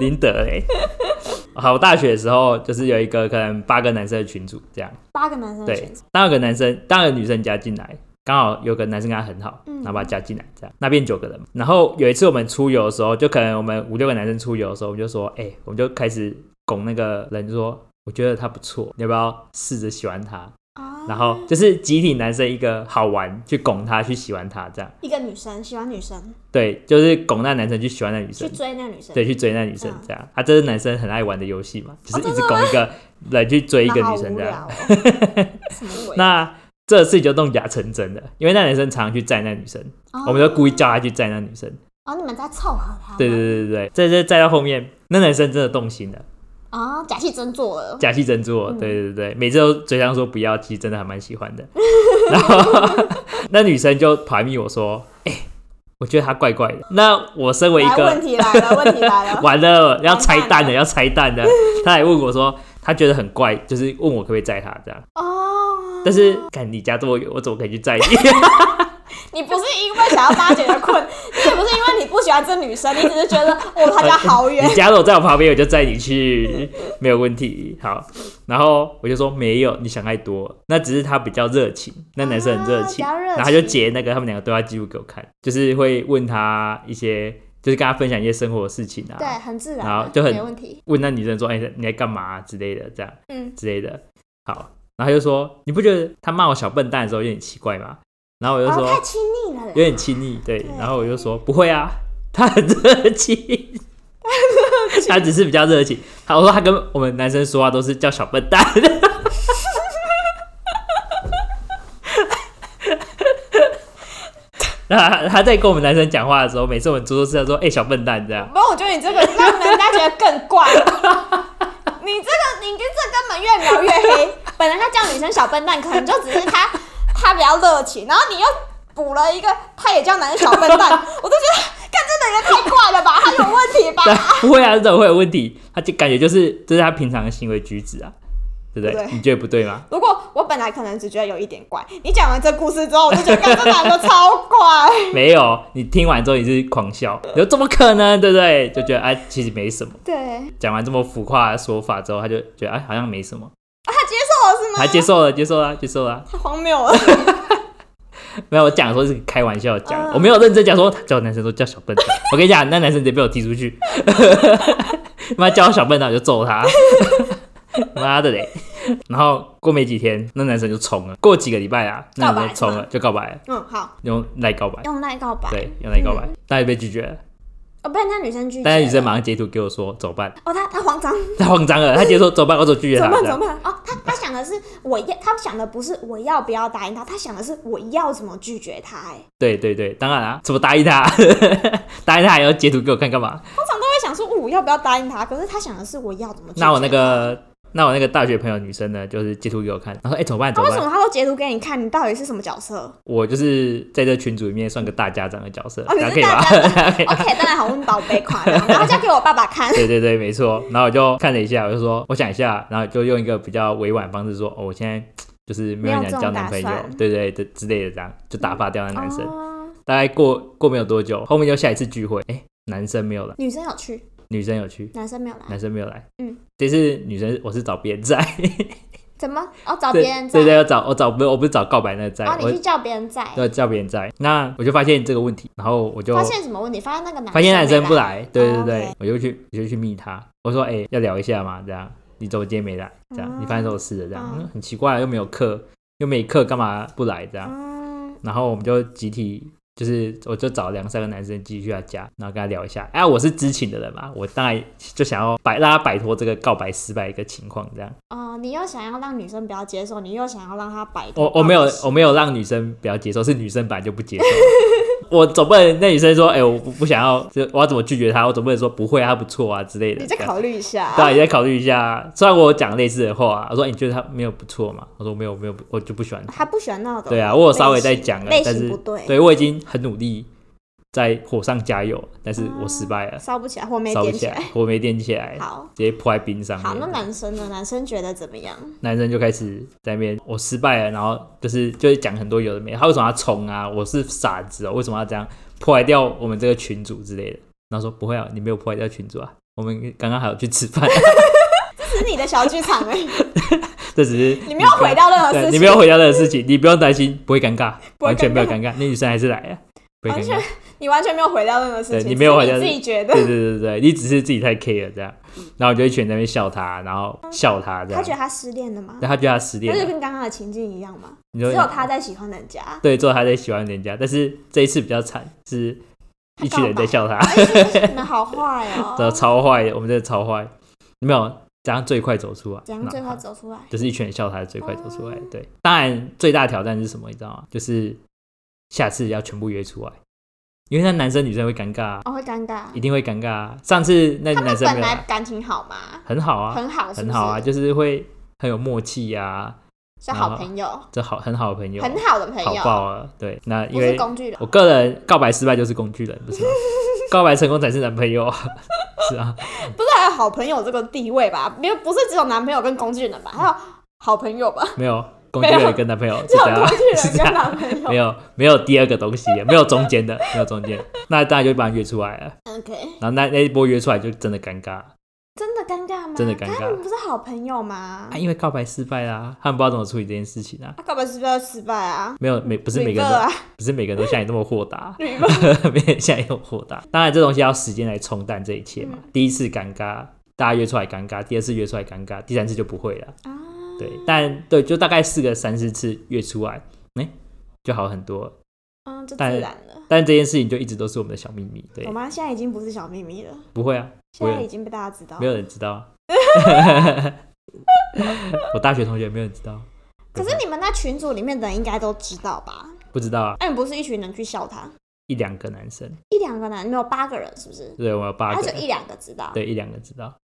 A: 林德嘞。好，我大学的时候就是有一个可能八个男生的群组这样，
B: 八个男生的
A: 对
B: 群组，，
A: 当有个男生，当有个女生加进来，刚好有个男生跟她很好，
B: 嗯
A: 然后把她加进来，这样那变九个人。然后有一次我们出游的时候，就可能我们五六个男生出游的时候，我们就说，哎、我们就开始拱那个人说。我觉得他不错，你要不要试着喜欢他？
B: 啊
A: 然后就是集体男生一个好玩，去拱他，去喜欢他，这样
B: 一个女生喜欢女生，
A: 对，就是拱那男生去喜欢那女
B: 去
A: 生，
B: 追那个女生，
A: 对，去追那女生
B: 嗯，
A: 这样。他、这是男生很爱玩的游戏嘛，就是
B: 哦
A: 一直拱一个人去追一
B: 然
A: 个
B: 后好
A: 女生
B: 无
A: 这样。
B: 聊哦， 什么鬼？
A: 那这次就弄假成真的，因为那男生常常去载那女生，
B: 哦
A: 我们就故意叫他去载那女生。
B: 哦，你们在凑合他们，
A: 对对对对对，这这载到后面，那男生真的动心了，
B: 哦，假戏真做了，
A: 假戏真做。
B: 嗯
A: 对对对，每次都嘴上说不要，其实真的还蛮喜欢的。然后 那女生就排密我说：“哎、我觉得他怪怪的。”那我身为一
B: 来，问
A: 个
B: 题来了，问题 来了。
A: 完了要拆
B: 完蛋
A: 弹
B: 了
A: 的，要拆弹 的，他还问我说：“他觉得很怪，就是问我可不可以载他这样。”
B: 哦，
A: 但是，看你家这么远，我怎么可以去载你？
B: 你不是因为想要巴结的困，你也不是因为你不喜欢这女生，你只是觉得哦，她家好远
A: 你。家如果在我旁边，我就载你去，没有问题。好，然后我就说没有，你想太多，那只是他比较热情，那男生很热情，
B: 啊比较热情
A: 然后他就截那个他们两个对话记录给我看，就是会问他一些，就是跟他分享一些生活的事情啊，
B: 对，很自然
A: 然
B: 啊，
A: 后就很
B: 没问题。
A: 问那女生说，哎、你在干嘛、之类的，这样
B: 嗯，
A: 之类的。好，然后他就说，你不觉得他骂我小笨蛋的时候有点奇怪吗？然后我就
B: 哦，
A: 说，
B: 太亲密了啦
A: 有，点亲密，对。然后我就说不会啊，他很热情，他只是比较热情。他我说他跟我们男生说话都是叫小笨 蛋，那他他在跟我们男生讲话的时候，每次我们做错事，他说：“哎、小笨蛋。”这样，
B: 不，我觉得你这个让人家觉得更 怪。你这个，你这根本越描越黑。本来他叫女生小笨蛋，可能就只是他他比较热情，然后你又补了一个，他也叫男生小笨蛋， 我都觉得，看这男人太怪了吧，他有问题吧？
A: 但不会啊，这种会有问题。他就感觉就是这是他平常的行为举止啊，对不对？
B: 对
A: 你觉得不对吗？
B: 如果我本来可能只觉得有一点怪，你讲完这故事之后，我就觉得干这男的超怪。
A: 没有，你听完之后你是狂笑，你说怎么可能，对不对？就觉得哎、其实没什么。
B: 对，
A: 讲完这么浮夸的说法之后，他就觉得哎，好像没什么，
B: 啊他接受了是吗？
A: 他接受了，接受了， 接受了。
B: 太荒谬了。
A: 没有，我讲的时候是开玩笑讲的，
B: 嗯
A: 我没有认真讲说他叫男生都叫小笨蛋。我跟你讲，那男生直接被我踢出去， 妈叫我小笨蛋我就揍他， 妈的嘞！然后过没几天，那男生就冲了。过几个礼拜啊，那男生冲
B: 告白
A: 了就告白了，
B: 嗯，好，
A: 用赖告白，
B: 用赖告白。
A: 对，用赖告白，但是被拒绝了。
B: 哦，被那女生拒绝。
A: 但是女生马上截图给我说怎么办？
B: 哦，他他慌张，
A: 她慌张了，她直接说怎么办？我怎么拒绝
B: 怎
A: 他
B: 么？办？
A: 这
B: 怎
A: 样
B: 么办？哦，他他想的是我要，他想的不是我要不要答应他，他想的是我要怎么拒绝他、哎，
A: 对对对，当然啊，怎么答应他？ 答应他还要截图给我看干嘛？
B: 通常都会想说、哦我要不要答应他，可是他想的是我要怎么拒绝。
A: 那我那。个，那我那个大学朋友女生呢，就是截图给我看，然后哎、怎么办？怎
B: 那
A: 么
B: 啊为什
A: 办？
B: 么他都截图给你看？你到底是什么角色
A: 我就是在这群组里面算个大家长的角色，
B: 哦你
A: 这样
B: 是
A: 可以
B: 大
A: 吗？
B: ？OK，当然好问宝贝款，啊然后交给我爸爸看。
A: 对对对，没错。然后我就看了一下，我就说我想一下，然后就用一个比较委婉的方式说，哦，我现在就是没有
B: 没有这
A: 想
B: 种
A: 交男朋友
B: 打算，
A: 对对对之类的，这样就打发掉那男生。
B: 哦，
A: 大概过过没有多久，后面又下一次聚会，哎、男生没有来，
B: 女生有去，
A: 女生有去，
B: 男生没有来。
A: 男生没有来。
B: 嗯，
A: 这次女生我是找别人在，
B: 怎么？哦，找
A: 对
B: 别人在
A: 对。对，要找我找不是我不是找告白那个在，
B: 哦，你
A: 我
B: 去叫别人在。
A: 要叫别人在。那我就发现这个问题，然后我就
B: 发现什么问题？发现那个男
A: 发现男生
B: 没哦
A: 不来，对对对，
B: OK
A: 我就去我就去密他，我说哎、要聊一下嘛，这样你怎么今天没来？这样、
B: 嗯
A: 你发现什么事了？这样、
B: 嗯
A: 嗯很奇怪，又没有课，又没课，干嘛不来？这样，
B: 嗯，
A: 然后我们就集体。就是，我就找两三个男生继续去他家，然后跟他聊一下。哎、我是知情的人嘛，我当然就想要摆让他摆脱这个告白失败的一个情况，这样。
B: 哦，你又想要让女生不要接受，你又想要让她摆脱
A: 我我没有
B: 暴力
A: 我没有让女生不要接受，是女生本来就不接 受。我总不能那女生说，哎、我不不想要，就我要怎么拒绝她？我总不能说不会啊，她不错啊之类的。
B: 你再
A: 这样
B: 考虑一下。
A: 对啊，你再考虑一下。虽然我有讲类似的话、我说、哎你觉得她没有不错嘛？我说没有没有，我就不喜欢她。
B: 他不喜欢那种。
A: 对啊，我有稍微在讲了
B: 类，
A: 但
B: 型
A: 是
B: 不对，
A: 对我已经很努力在火上加油，但是我失败了，
B: 烧不起来，火没
A: 烧不
B: 点
A: 起
B: 起
A: 来
B: 来。，
A: 我没点起来，嗯
B: 好，
A: 直接泼在冰上面。
B: 好，那男生呢？男生觉得怎么样？
A: 男生就开始在那边，我失败了，然后就是就是讲很多有的没的，他为什么要冲啊？我是傻子哦，为什么要这样破坏掉我们这个群组之类的？然后说不会啊，你没有破坏掉群组啊，我们刚刚还有去吃饭，
B: 这是你的小剧场 哎，
A: 这只是
B: 你没有毁掉任何事
A: 对
B: 情，
A: 你没有毁掉的事情，你不用担心，不会尴尬，
B: 不会
A: 完全
B: 尴
A: 没有
B: 尬
A: 尴尬，那女生还是来了，不会
B: 完
A: 尴
B: 全
A: 尬。
B: 你完全没有毁掉任何事情，
A: 对你没有毁掉
B: 是你自己觉得
A: 对对对对，你只是自己太 care 这样，然后我就一群人在那边笑他，然后笑他这
B: 他
A: 样，
B: 觉得他失恋了吗？
A: 对他觉得他失
B: 那
A: 恋
B: 就
A: 了，
B: 跟刚刚的情境一样嘛，
A: 你
B: 只
A: 说
B: 有他在喜欢人家，
A: 对，之后他在喜欢人家，但是这一次比较惨，是
B: 他
A: 一群人在笑他，，
B: 哎你们好坏哦
A: 真的啊超坏的，我们真的超坏，没有怎样最快走出来，
B: 怎样最
A: 那
B: 快走出来？
A: 就是一群人笑他最快走出来。对，当然最大挑战是什么，你知道吗？就是下次要全部约出来，因为那男生女生会尴尬啊，
B: 哦，会尴尬。
A: 一定会尴尬啊。上次那
B: 他
A: 男
B: 们
A: 生没
B: 本
A: 有
B: 来
A: 来，
B: 感情好吗？
A: 很好啊，
B: 很好是不是，
A: 很好啊，就是会很有默契啊，
B: 是好朋友，
A: 这好很好的朋友，
B: 很好的朋
A: 好
B: 友，
A: 爆啊！对，那因
B: 不是
A: 为
B: 工具人。
A: 我个人告白失败就是工具人，不是吗？ 告白成功才是男朋友啊， 是啊，
B: 不是还有好朋友这个地位吧？没有，不是只有男朋友跟工具人吧？还有好朋友吧？
A: 没有工具
B: 没有
A: 人跟男朋友嗯是
B: 只有
A: 这样
B: 工
A: 啊，
B: 具
A: 是
B: 人
A: 这
B: 跟
A: 样，
B: 男朋
A: 没
B: 友。
A: 有没有第二个东西，没有中间的，没有中间，那大家就把他约出来了，
B: OK，
A: 然后那那一波约出来就真的尴尬，
B: 真的尴尬吗？
A: 真的尴尬
B: 他们不是好朋友吗
A: 啊，？因为告白失败啦，他们不知道怎么处理这件事情啊。
B: 他告白是不是失败啊？
A: 没有每不
B: 不
A: 是每个人都
B: 啊，
A: 不是每个人都像你那么豁 达，
B: 女个
A: 没人像你那么豁达。当然，这东西要时间来冲淡这一切嘛。第一次尴尬，大家约出来尴尬；第二次约出来尴尬，第三次就不会了。
B: 啊，
A: 对，但对，就大概四个三四次约出来，哎、就好很多了。
B: 嗯，就自
A: 但
B: 然了。
A: 但这件事情就一直都是我们的小秘密，对
B: 我，妈现在已经不是小秘密了，
A: 不会啊，
B: 现
A: 我
B: 在已
A: 也
B: 经被大家知道
A: 没。有人知道啊。 我大学同学没有人知道，
B: 可是你们那群组里面的人应该都知道吧？
A: 不知道啊，
B: 那你不是一群人去笑他，
A: 一两个男生，
B: 一两个男，没有八个人是不是？
A: 对我有八
B: 他
A: 个
B: 就
A: 人，
B: 一两个知道，
A: 对哦一两个知道，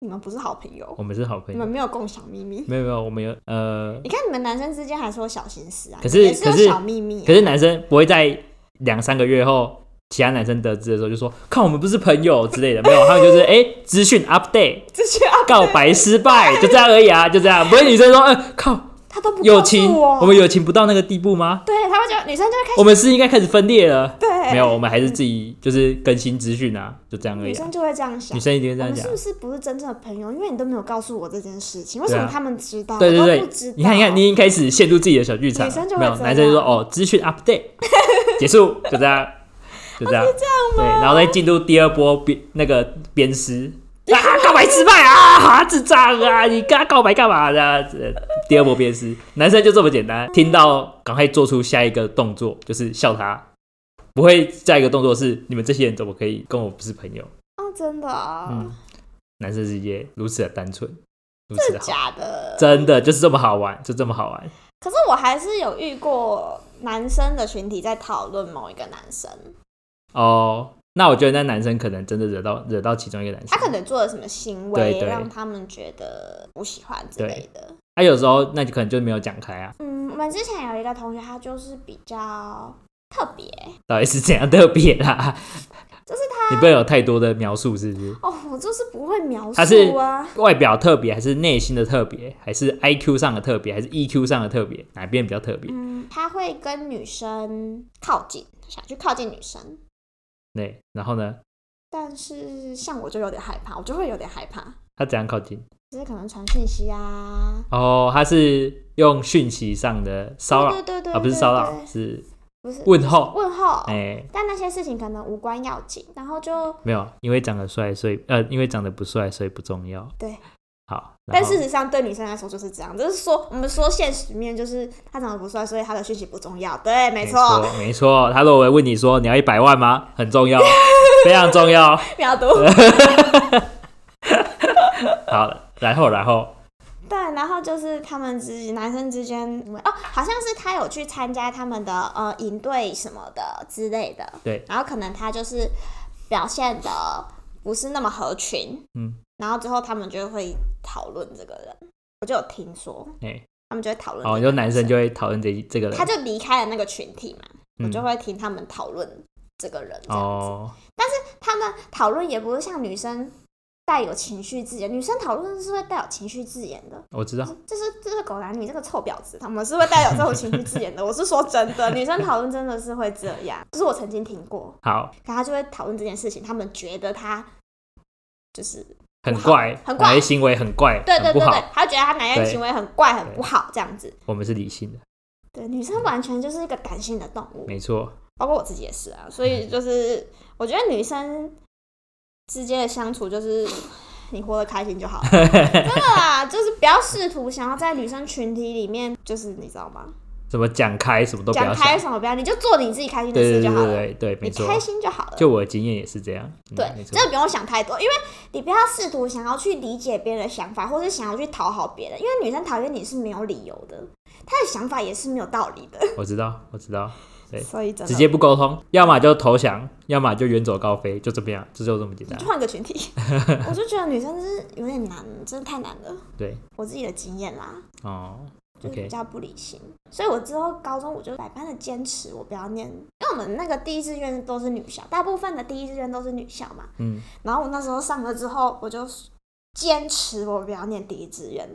B: 你们不是好朋友，
A: 我们是好朋友
B: 你们。没有共享秘密。
A: 没有没有，我们有呃，
B: 你看你们男生之间还说小心思啊，
A: 可是
B: 也是
A: 可是
B: 有小秘密啊、
A: 可是男生不会在两三个月后，其他男生得知的时候就说：“看我们不是朋友之类的。”没有，他们就是哎，资讯 update，
B: 这些啊，
A: 告白失败，就这样而已啊，就这样。不会女生说：“嗯、靠，
B: 他都不
A: 友
B: 告
A: 情，
B: 诉我，
A: 我们友情不到那个地步吗？
B: 对他们就女生就会开始
A: 我们是应该开始分裂了。”
B: 对，
A: 没有，我们还是自己就是更新资讯啊，就这样而
B: 女
A: 已、啊
B: 生。就会这样想
A: 女。生一定会这
B: 我
A: 样
B: 们是
A: 讲啊
B: 不。是不是真正的朋友？因为你都没有告诉我这件事情，为什
A: 对啊
B: 么他们知道？
A: 对对
B: 哦我都
A: 对
B: 不知道。，
A: 你看，你看，你已经开始陷入自己的小剧场
B: 女生就
A: 了，
B: 会
A: 没有
B: 这样
A: 男生就说哦，资讯 update，结束，就这样，就这
B: 哦
A: 样，对，然后再进入第二波鞭那个鞭尸啊，告白失败啊，啊智障啊，你跟他告白干嘛的、啊？这第二波鞭尸，男生就这么简单，听到赶快做出下一个动作，就是笑他。不会，下一个动作是你们这些人怎么可以跟我不是朋友？
B: 哦，真的啊、
A: 嗯，男生世界如此的单纯，如此
B: 真
A: 的
B: 的
A: 好，
B: 假的？
A: 真的就是这么好玩，就这么好玩。
B: 可是我还是有遇过男生的群体在讨论某一个男生，
A: 哦，那我觉得那男生可能真的惹到惹到其中一个男生，
B: 他可能做了什么行
A: 对
B: 为
A: 对
B: 让他们觉得不喜欢之类的。
A: 他啊有时候那就可能就没有讲开啊，
B: 嗯，我们之前有一个同学，他就是比较特别
A: 到底是怎样特别啦？
B: 就是
A: 他，你不能有太多的描述，是不是？
B: 哦，我就是不会描
A: 他是
B: 述啊。
A: 外表特别，还是内心的特别，还是 I Q 上的特别，还是 E Q 上的特别？哪边比较特别？
B: 嗯，他会跟女生靠近，想去靠近女生，
A: 对，然后呢，
B: 但是像我就有点害怕，我就会有点害怕，
A: 他怎样靠近？
B: 就是可能传讯息啊，
A: 哦，他是用讯息上的骚
B: 对
A: 扰
B: 对对对
A: 啊，不是
B: 对
A: 骚扰，
B: 对
A: 是
B: 不是
A: 问候。
B: 问候，
A: 哎、
B: 但那些事情可能无关要紧，然后就
A: 没有，因为长得帅，所以呃，因为长得不帅，所以不重要。
B: 对，
A: 好。然
B: 但
A: 后
B: 事实上对女生来说就是这样，就是说我们说现实面就是他长得不帅，所以他的讯息不重要，对，没错，，
A: 没错。他如果问你说你要一百万吗？很重 要，非常重要。
B: 秒读，
A: 好，然后然后
B: 对，然后就是他们之男生之间，哦，好像是他有去参加他们的呃营队什么的之类的，
A: 对，
B: 然后可能他就是表现的不是那么合群，
A: 嗯，
B: 然后之后他们就会讨论这个人，我就有听说，
A: 哎，
B: 他们就会讨论，
A: 哦，你说男生就会讨论这这个人，
B: 他就离开了那个群体嘛，我
A: 嗯
B: 就会听他们讨论这个人这样子，
A: 哦，
B: 他们讨论也不是像女生。带有情绪字眼，女生讨论是会带有情绪字眼的，
A: 我知道，
B: 就是就是狗男女这个臭婊子，他们是会带有这种情绪字 眼的。我是说真的，女生讨论真的是会这样，就是我曾经听过，
A: 好，
B: 然后就会讨论这件事情，他们觉得他就是
A: 很怪，
B: 很怪
A: 哪些行为很怪，
B: 对对
A: 很不
B: 对对
A: 好。，
B: 他觉得他哪些
A: 对
B: 行为很怪、很
A: 对
B: 不好这样子。
A: 我们是理性的，
B: 对，女生完全就是一个感性的动物，
A: 没错，
B: 包括我自己也是
A: 嗯
B: 啊。所以就是我觉得女生之间的相处就是。 你活得开 心就好了，真的啦，就是不要试图想要在女生群体里面，就是你知道吗？
A: 什么讲开，什么都不
B: 讲
A: 要
B: 开
A: 想。
B: 什么不要，你就做你自己开心的
A: 对对
B: 事就
A: 对
B: 好了，
A: 对对，对没
B: 你
A: 错。
B: 开心就好了。
A: 就我的经验也是这样，嗯
B: 对
A: 没，错
B: 真，的不用想太多，因为你不要试图想要去理解别人的想法，或是想要去讨好别人，因为女生讨厌你是没有理由的，她的想法也是没有道理的，
A: 我知道，我知道，对
B: 所以真
A: 直
B: 的
A: 接不沟通，要么就投降，要么就远走高飞，就这么样，这就这么简单
B: 就。换个群体。我就觉得女生真是有点难，真的太难了，
A: 对，
B: 我自己的经验啦。
A: 哦，
B: 就是比
A: OK
B: 较不理性。所以我之后高中我就百般的坚持，我不要念，因为我们那个第一志愿都是女校，大部分的第一志愿都是女校嘛。
A: 嗯，
B: 然后我那时候上了之后，我就坚持我不要念第一志愿，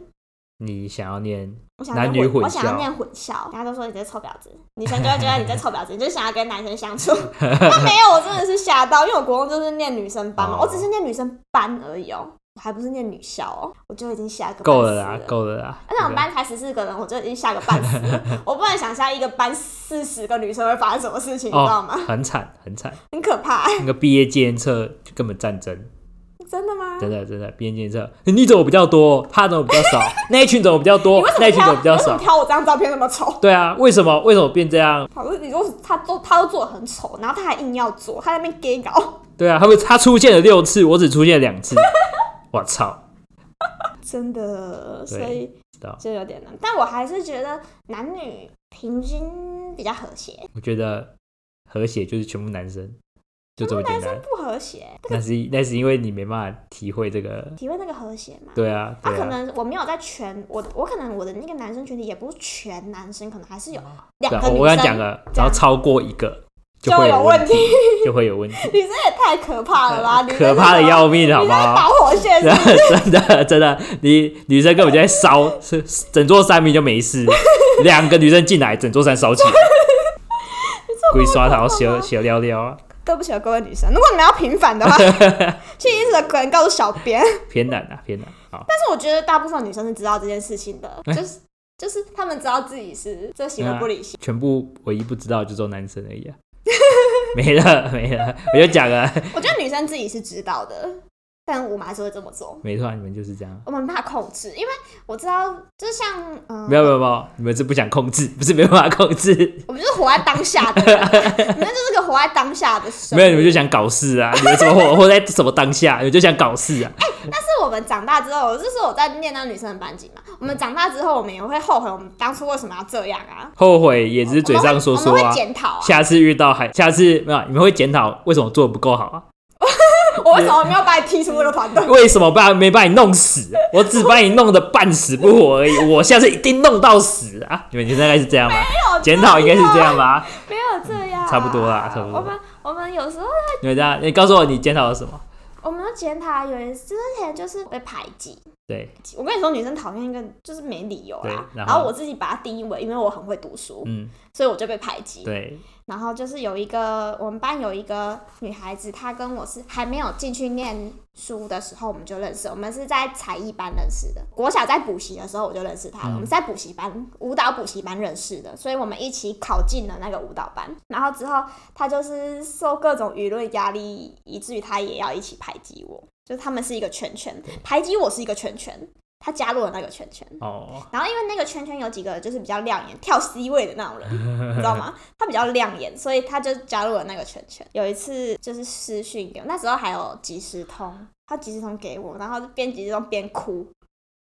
A: 你想要念
B: 我想
A: 男
B: 念
A: 女混
B: 我想要
A: 校
B: 念混校，大家都说你这是臭婊子，女生就会觉得你这是臭婊子，你就想要跟男生 相处。但没有，我真的是吓到，因为我国中就是念女生班嘛，
A: 哦
B: 我只是念女生班而已哦，我还不是念女校哦，我就已经吓个
A: 够
B: 半死啊
A: 了啦，够了啦。
B: 而且我们班才十四个人，我就已经吓个半死了。 我不能想象一个班四十个女生会发生什么事情，
A: 对不对
B: 你知道
A: 哦
B: 吗？，
A: 很惨很惨，
B: 很可怕、欸
A: 那个毕业纪念册就根本战争，
B: 真的吗？
A: 真的真的毕业纪念册，你怎么比较多，他怎么比较少， 那一群怎么比较多，那一群怎么比较
B: 你为什么
A: 少？
B: 挑我这张照片那么丑？
A: 对啊，为什么为什么变这样？
B: 好，你说他都他都做的很丑，然后他还硬要做，他在那边 gay 搞，
A: 对啊，他们他出现了六次，我只出现了两次，我操，
B: 真的，所以
A: 知道？
B: 就有点难。但我还是觉得男女平均比较和谐，
A: 我觉得和谐就是全部男生，就这么简单。
B: 不和谐，
A: 那是那是因为你没办法体会这个，
B: 体会那个和谐嘛。
A: 对啊，
B: 他、
A: 对
B: 可
A: 啊，
B: 能我没有在全我的，我可能我的那个男生群体也不是全男生，可能还是有
A: 对
B: 两个
A: 啊
B: 女生。
A: 我我刚讲 了，只要超过一个
B: 就
A: 会
B: 有
A: 问
B: 问
A: 题
B: 题，，
A: 就会有 问题，
B: 女生也太可怕了吧！女生
A: 可怕的
B: 真
A: 要啊命，好
B: 你
A: 不
B: 在
A: 好？
B: 导火线是不 是
A: 真的真的，你女生根本就在烧，是整座山明就没事，两个女生进来，整座山烧起 来，鬼刷头小小撩撩啊，
B: 对不起啊，各位女生，如果你们要平 反的话，去一的可能告诉小编。
A: 偏难啊偏难，好，
B: 但是我觉得大部分女生是知道这件事情的，就是就是她们知道自己是这行为
A: 嗯
B: 不理性。
A: 全部唯一不知道就做男生而已啊， 没了没了，我就讲了，
B: 我觉得女生自己是知道的，但我们还是会这么做。
A: 没错啊，你们就是这样。
B: 我们怕控制，因为我知道，就像嗯，
A: 没有没有没有，你们是不想控制， 不是没办法控制，
B: 我们就是活在当下 的人，你们就是个活在当下的生。
A: 没有你们就想搞事啊！你们怎么活 活在什么当下？你们就想搞事啊！
B: 但是我们长大之后，就是我在念到女生的班级嘛，我们长大之后，我们也会后悔我们当初为什么要这样啊。
A: 后悔也只是嘴上说
B: 我
A: 说
B: 们会
A: 啊。
B: 检讨啊，
A: 下次遇到还下次没有，你们会检讨为什么做的不够好啊？
B: 我为什么没有把你踢出这个团队？
A: 为什么把没把你弄死？我只把你弄得半死不活而已，我下次一定弄到死啊！你们大概是这样吧？检讨应该是这样吧？
B: 没有这样，啊
A: 差不多啦差不多
B: 我们我们有时候
A: 你们这样，你告诉我你检讨了什么？
B: 我们要检讨，有人之前就是被排挤，
A: 对，
B: 我跟你说，女生讨厌一个就是没理由啦。
A: 对然
B: 然
A: 后
B: 后我自己把它定义为，因为我很会读书，
A: 嗯，
B: 所以我就被排挤。
A: 对，
B: 然后就是有一个我们班有一个女孩子，她跟我是还没有进去念书的时候我们就认识，我们是在才艺班认识的。国小在补习的时候我就认识她
A: 嗯
B: 了，我们是在补习班舞蹈补习班认识的，所以我们一起考进了那个舞蹈班。然后之后她就是受各种舆论压力，以至于她也要一起排挤我，就是他们是一个圈圈，排挤我是一个圈圈，她加入了那个圈圈。
A: 哦，
B: 然后因为那个圈圈有几个就是比较亮眼、跳 C 位的那种 人，你知道吗？他比较亮眼，所以他就加入了那个圈圈。有一次就是私讯给我，那时候还有即时通，他即时通给我，然后就边即时通边哭，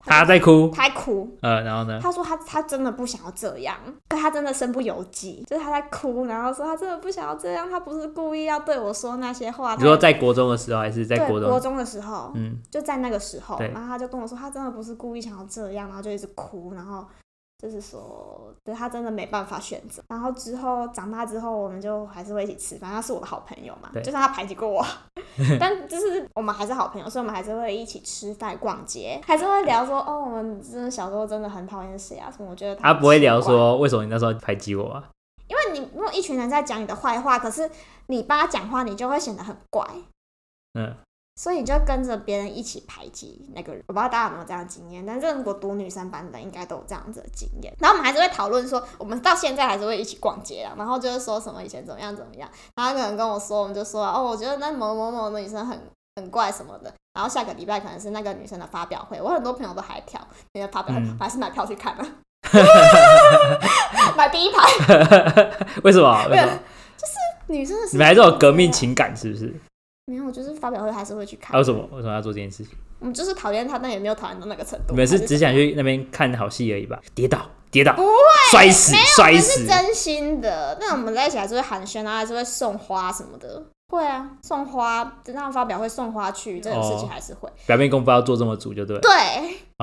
A: 他在哭，
B: 他还哭。
A: 呃，然后呢？
B: 他说他他真的不想要这样，可他真的身不由己，就是他在哭，然后说他真的不想要这样，他不是故意要对我说那些话。
A: 你说
B: 他
A: 在国中的时候还是在
B: 对
A: 国
B: 国
A: 中？
B: 中的时候，
A: 嗯，
B: 就在那个时候，
A: 对
B: 然后他就跟我说，他真的不是故意想要这样，然后啊就一直哭，然后就是说，对他真的没办法选择。然后之后长大之后，我们就还是会一起吃饭，他是我的好朋友嘛
A: 对，
B: 就算他排挤过我， 但就是我们还是好朋友，所以我们还是会一起吃饭、逛街，还是会聊说，哦，我们真的小时候真的很讨厌谁啊什么，我觉得
A: 他
B: 很
A: 不会聊
B: 奇怪
A: 说为什么你那时候排挤我啊？
B: 因为你如果一群人在讲你的坏话，可是你帮他讲话，你就会显得很怪，
A: 嗯，
B: 所以你就跟着别人一起排挤那个人。我不知道大家有没有这样的经验，但是如果读女生班的，应该都有这样子的经验。然后我们还是会讨论说，我们到现在还是会一起逛街啊，然后就是说什么以前怎么样怎么样，然后他可能跟我说，我们就说哦，我觉得那某某某的女生很很怪什么的。然后下个礼拜可能是那个女生的发表会，我很多朋友都还跳那个发表会，
A: 嗯
B: 我还是买票去 看了，买第一排。
A: 为什么？为什么？
B: 女生的世
A: 你
B: 界
A: 们还是有革命
B: 就是这样
A: 情哦感是不是？
B: 没有，就是发表会还是会去看。
A: 还有什么？为什么要做这件事情？
B: 我们就是讨厌他，但也没有讨厌到那个程度。
A: 你们是
B: 还
A: 只想去那边看好戏而已吧？跌倒，跌倒，
B: 不会
A: 摔死，
B: 我
A: 摔
B: 们
A: 死
B: 是，真心的，但我们在一起还是会寒暄啊，还是会送花什么的。会啊，送花，那种发表会送花去这种事情
A: 哦
B: 还是会。
A: 表面功夫要做这么足就对了。
B: 对，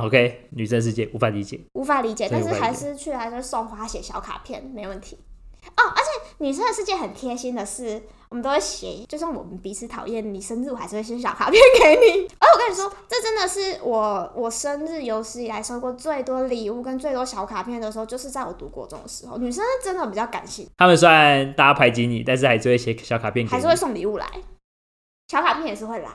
A: OK，女生世界无法理解。
B: 无法理解，
A: 真
B: 但
A: 的
B: 是
A: 无法
B: 还
A: 理解
B: 是去还是送花写小卡片，没问题。哦，而且女生的世界很贴心的是，我们都会写，就算我们彼此讨厌，你生日我还是会写小卡片给你。 而我跟你说，这真的是我我生日有史以来收过最多礼物跟最多小卡片的时候，就是在我读国中的时候。女生是真的比较感性，
A: 他们虽然大家排挤你，但是还是会写小卡片给
B: 还
A: 你
B: 是，会送礼物来，小卡片也是会来，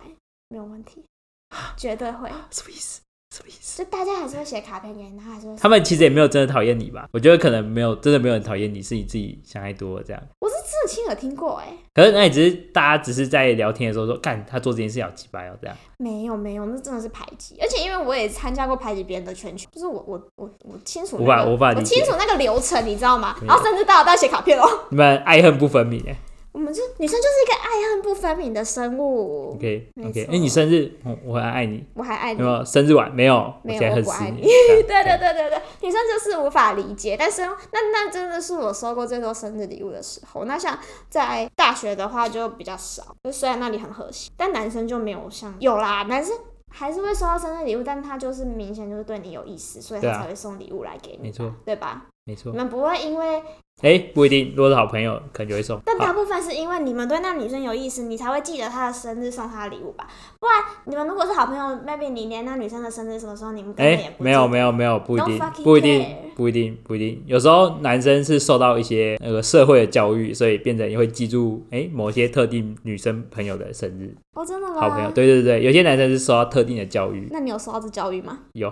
B: 没有问题，
A: 啊
B: 绝对会。
A: 什么意思？什么意思？
B: 就大家还是会写卡片给你，然后还是会送。
A: 他们其实也没有真的讨厌你吧？我觉得可能没有，真的没有人讨厌你，是你自己想太多了这样。
B: 我是真的亲耳听过哎、
A: 可是那也只是大家只是在聊天的时候说，干他做这件事好鸡掰哦这样。
B: 没有没有，那真的是排挤，而且因为我也参加过排挤别人的圈圈，就是我我我我清楚、那
A: 无法
B: 个
A: 无法
B: 我
A: 理解
B: 清楚那个流程，你知道吗？
A: 嗯
B: 然后甚至到到写卡片哦，
A: 你们爱恨不分明哎。
B: 我们就女生就是一个爱恨不分明的生物。
A: OK
B: 没
A: OK，
B: 错
A: 哎、你生日，嗯我很爱你，
B: 我还爱
A: 有
B: 你，
A: 没有？生日晚没有？
B: 没有
A: 我现在很
B: 我不爱
A: 思
B: 你
A: 念。对
B: 对对对对对，女生就是无法理解，但是哦那那真的是我收过最多生日礼物的时候。那像在大学的话就比较少，就虽然那里很和谐，但男生就没有像有啦，男生还是会收到生日礼物，但他就是明显就是对你有意思，所以
A: 对
B: 他
A: 啊
B: 才会送礼物来给你
A: 没
B: 吧，
A: 错
B: 对吧？
A: 没错
B: 你。们不会因为，
A: 哎、不一定，如果是好朋友，可能就会送。
B: 但大
A: 好，
B: 部分是因为你们对那女生有意思，你才会记得她的生日送她的礼物吧？不然你们如果是好朋友，maybe 你连那女生的生日什么时候你们根
A: 哎、
B: 本也不
A: 没有没有没有，不一
B: Don't
A: 定
B: fucking，
A: 不一定
B: care，
A: 不一定，不一定。有时候男生是受到一些那个社会的教育，所以变成也会记住哎、某些特定女生朋友的生日。
B: 哦，真的吗？
A: 好朋友，对对对，有些男生是受到特定的教育，
B: 那你有受到这教育吗？
A: 有，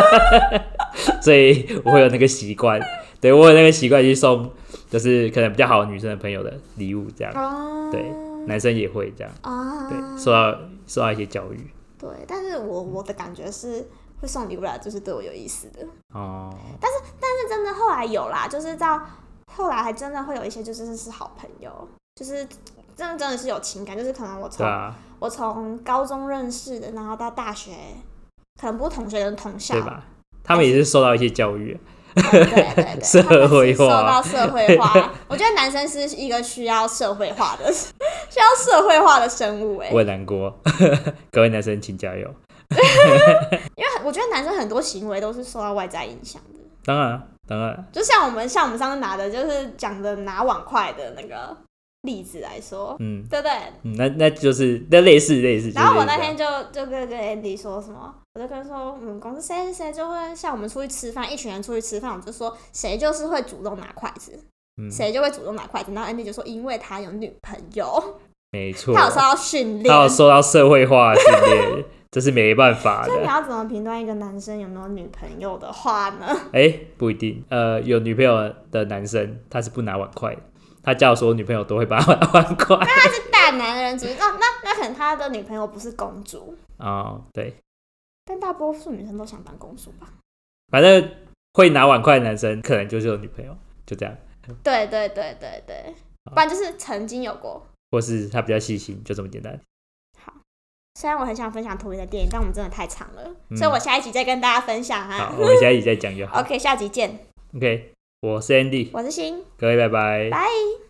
A: 所以我会有那个习惯，对我有那个习惯去送，就是可能比较好的女生的朋友的礼物这样。
B: 啊，
A: 对，男生也会这样，
B: 啊，
A: 对，受到受到一些教育
B: 对，但是我我的感觉是会送礼物来，就是对我有意思的。
A: 哦。
B: 但是真的后来有啦，就是到后来还真的会有一些，就真的是好朋友，就是真的真的是有情感，就是可能我从、
A: 对啊，
B: 我从高中认识的，然后到大学，可能不是同学，就是同校
A: 对，吧？他们也是受到一些教育，
B: 对对 对，对
A: 社会化
B: 他们是受到社 会化。我觉得男生是一个需要社会化的， 需要社会化的生物、欸，
A: 我很难过。 各位男生请加油！
B: 因为我觉得男生很多行为都是受到外在影响的，
A: 当然，啊当然，
B: 就像我们像我们上次拿的，就是讲的拿碗筷的那个例子来说，
A: 嗯，
B: 对不对？
A: 嗯那那就是那类似类似。
B: 然后我
A: 就是
B: 那
A: 这
B: 天
A: 样
B: 就就跟跟 Andy 说什么，我就跟他说，我们公司谁谁谁就会像我们出去吃饭，一群人出去吃饭，我就说谁就是会主动拿筷子，
A: 嗯，
B: 谁就会主动拿筷子。然后 Andy 就说，因为他有女朋友，
A: 没错，
B: 他有受到训
A: 他有
B: 练。
A: 受到社会化的训练， 这是没办法
B: 那你
A: 的。
B: 要怎么评断一个男生有没有女朋友的话呢？
A: 哎、不一定。呃，有女朋友的男生他是不拿碗筷的，他叫所有女朋友都会把他拿碗筷。
B: 大男人主义，哦那那那可能他的女朋友不是公主，
A: 哦，对，
B: 但大多数女生都想当公主吧？
A: 反正会拿碗筷的男生可能就是有女朋友，就这样。
B: 对对对对对，
A: 好
B: 不然就是曾经有过。
A: 或是他比较细心，就这么简单。
B: 虽然我很想分享图里的电影，但我们真的太长了，
A: 嗯
B: 所以我下一集再跟大家分享
A: 好，
B: 啊。
A: 我们下一 集再讲就好。
B: OK，下集见，
A: OK，我是 Andy，
B: 我是欣。
A: 各位拜拜。
B: 拜